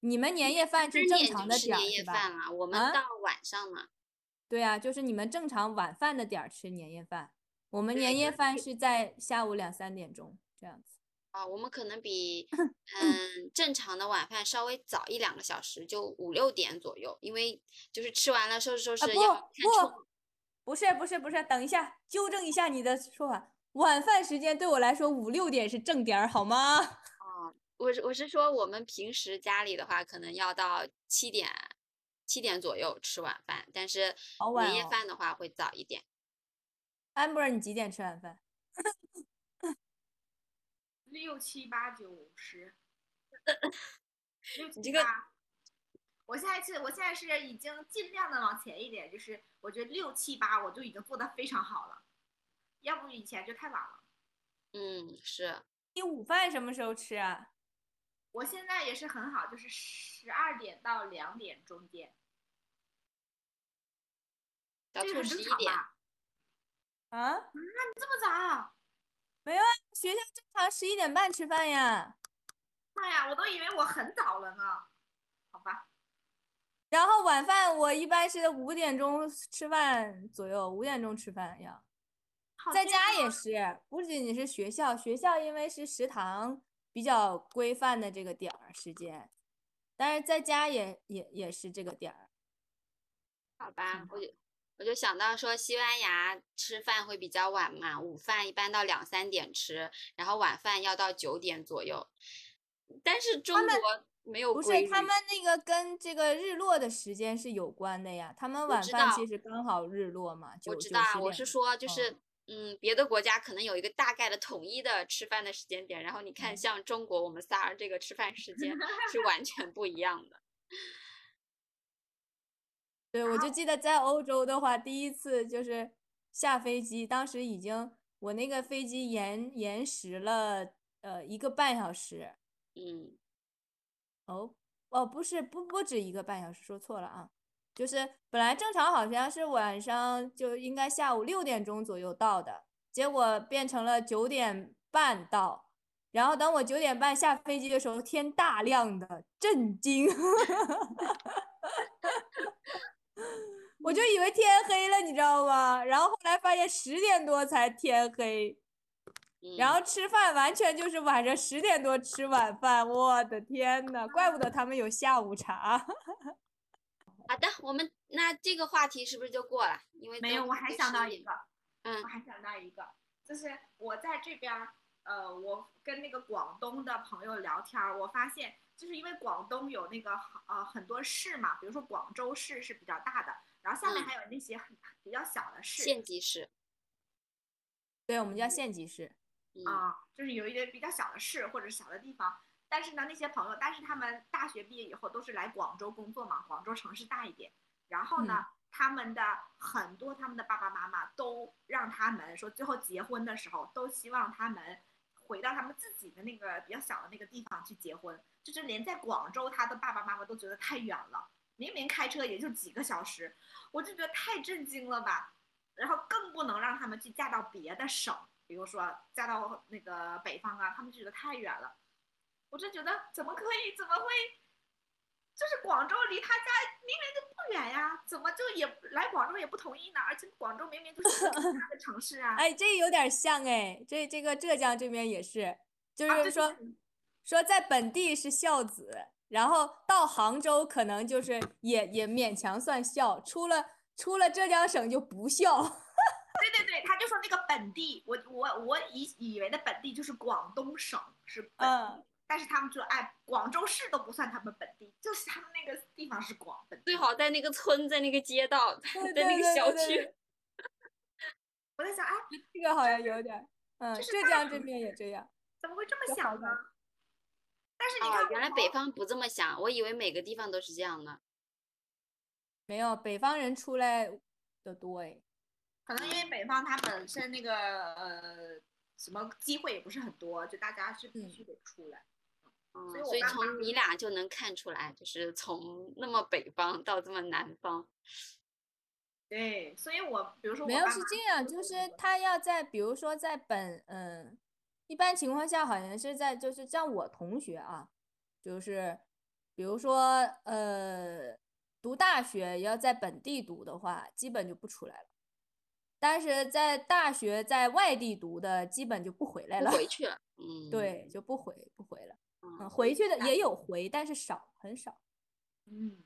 S3: 你们年夜饭是
S2: 三
S3: 正
S2: 点
S3: 常
S2: 就
S3: 的
S2: 吃
S3: 点儿
S2: 年夜
S3: 是吧？
S2: 饭了，我
S3: 啊
S2: 们到晚上嘛，
S3: 对啊，就是你们正常晚饭的点儿吃年夜饭，我们
S2: 对
S3: 年
S2: 就
S3: 夜
S2: 是
S3: 饭是在下午两三点钟这样子。
S2: 啊，我们可能比嗯正常的晚饭稍微早一两个小时，就五六点左右，因为就是吃完了收拾收
S3: 啊
S2: 拾要看
S3: 不
S2: 春
S3: 不，不是不是不是，等一下，纠正一下你的说法。晚饭时间对我来说五六点是正点儿，好吗？
S2: 哦，我是我是说，我们平时家里的话，可能要到七点七点左右吃晚饭，但是
S3: 好晚
S2: 年夜
S3: 哦
S2: 饭的话会早一点。
S3: amber，你几点吃晚饭？
S1: 六七八九十，
S2: 你这个
S1: 我现在是，我现在是已经尽量的往前一点，就是我觉得六七八我就已经做的非常好了，要不以前就太晚了。
S2: 嗯，是
S3: 你午饭什么时候吃啊？
S1: 我现在也是很好，就是十二点到两点中间，
S2: 小
S1: 这
S2: 兔
S1: 个很
S2: 十
S1: 正
S2: 一
S1: 常
S2: 点，
S1: 吧？
S3: 啊，
S1: 这么早？
S3: 学校正常十一点半吃饭呀。
S1: 妈哎呀，我都以为我很早了呢。好吧，
S3: 然后晚饭我一般是五点钟吃饭左右，五点钟吃饭
S2: 哦
S3: 呀。
S1: 好
S3: 在
S1: 健
S3: 家
S1: 康
S3: 也是，不仅仅是学校，学校因为是食堂比较规范的这个点儿时间，但是在家也也也是这个点儿。
S2: 好吧
S3: 挺，
S2: 我就我就想到说，西班牙吃饭会比较晚嘛，午饭一般到两三点吃，然后晚饭要到九点左右。但是中
S3: 们
S2: 国没有
S3: 不
S2: 规
S3: 是，他
S2: 律
S3: 们那个跟这个日落的时间是有关的呀。他们晚
S2: 知
S3: 饭
S2: 道
S3: 其实刚好日落嘛，九
S2: 我
S3: 九
S2: 知
S3: 十
S2: 道啊，
S3: 点。
S2: 我是说就是。嗯，别的国家可能有一个大概的统一的吃饭的时间点，然后你看，
S3: 嗯
S2: 像中国我们仨儿这个吃饭时 间是完全不一样的。
S3: 对，我就记得在欧洲的话，第一次就是下飞机，当时已经我那个飞机延延时了呃一个半小时。
S2: 嗯，
S3: 哦哦，不是，不不止一个半小时，说错了啊。就是本来正常好像是晚上就应该下午六点钟左右到的，结果变成了九点半到。然后等我九点半下飞机的时候，天大亮的，震惊！ 我就以为天黑了，你知道吗？然后后来发现十点多才天黑。
S2: 嗯
S3: 然后吃饭完全就是晚上十点多吃晚饭，我的天呐，怪不得他们有下午茶。
S2: 好的，我们那这个话题是不是就过了？因为
S1: 没
S2: 都
S1: 有，我还
S2: 都
S1: 想到
S2: 11
S1: 一个，
S2: 嗯
S1: 我还想到一个，就是我在这边儿，呃，我跟那个广东的朋友聊天儿，我发现就是因为广东有那个好呃很多市嘛，比如说广州市是比较大的，然后下面
S2: 嗯
S1: 还有那些很比较小的市
S2: 县级
S3: 啊
S2: 市，
S3: 对，我们叫县级市。
S2: 嗯，
S1: 啊，就是有一些比较小的市或者小的地方。但是呢，那些朋友，但是他们大学毕业以后都是来广州工作嘛，广州城市大一点。然后呢，他们的很多他们的爸爸妈妈都让他们说，最后结婚的时候都希望他们回到他们自己的那个比较小的那个地方去结婚，就是连在广州，他的爸爸妈妈都觉得太远了，明明开车也就几个小时，我就觉得太震惊了吧。然后更不能让他们去嫁到别的省，比如说嫁到那个北方啊，他们觉得太远了。我就觉得怎么可以，怎么会？就是广州离他家明明就不远呀，怎么就也来广州也不同意呢？而且广州明明就是一个大的城市啊。
S3: 哎，这有点像哎，这这个浙江这边也是，就
S1: 啊
S3: 是
S1: 对
S3: 说、
S1: 对
S3: 说在本地是孝子，然后到杭州可能就是也也勉强算孝，出了出了浙江省就不孝。
S1: 对对对，他就说那个本地，我我我以以为的本地就是广东省是本地，
S3: 嗯，
S1: 但是他们就哎，广州市都不算他们本地，就是他们那个地方是广本地。
S2: 最好在那个村，在那个街道， 在
S3: 对
S2: 在那
S3: 对
S2: 个
S3: 对
S2: 小
S3: 对
S2: 区。
S1: 我在想，哎，
S3: 这个好像有点儿，嗯，
S1: 这是
S3: 浙
S1: 大
S3: 江这
S1: 城
S3: 边也这样。
S1: 怎么会这
S3: 就
S1: 么想
S3: 好
S1: 呢
S3: 了？
S1: 但是你看
S2: 哦
S1: 我，
S2: 原来
S1: 朋
S2: 北
S1: 友
S2: 方不这么想，我以为每个地方都是这样的。
S3: 没有，北方人出来的多哎。
S1: 可能因为北方它本身那个呃什么机会也不是很多，就大家是必须得出来。
S2: 嗯，
S1: 以我
S2: 所以
S1: 爸妈
S2: 从你俩就能看出来，就是从那么北方到这么南方，
S1: 对，所以我比如说我
S3: 没有
S1: 爸
S3: 是
S1: 妈
S3: 这样，
S1: 都
S3: 就是
S1: 很多
S3: 他要在，比如说在本，嗯，一般情况下好像是在，就是像我同学啊，就是比如说呃，读大学要在本地读的话，基本就不出来了。但是在大学在外地读的，基本就不回来
S2: 不
S3: 了。
S2: 回去了。嗯，
S3: 对，就不回不回了。嗯，
S2: 嗯，
S3: 回去的也有回，但是少，很少。
S1: 嗯，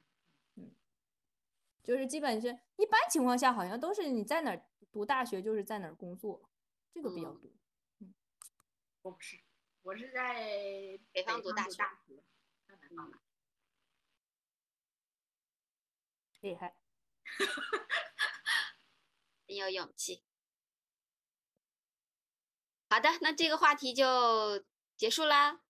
S3: 就是基本是一般情况下，好像都是你在哪儿读大学，就是在哪儿工作，这个比较
S2: 嗯
S3: 多。
S1: 我不是，我是在北
S2: 方读
S1: 读
S2: 大
S1: 学
S2: 学，
S1: 在南方嘛。
S3: 厉害。
S2: 很有勇气。好的，那这个话题就结束啦。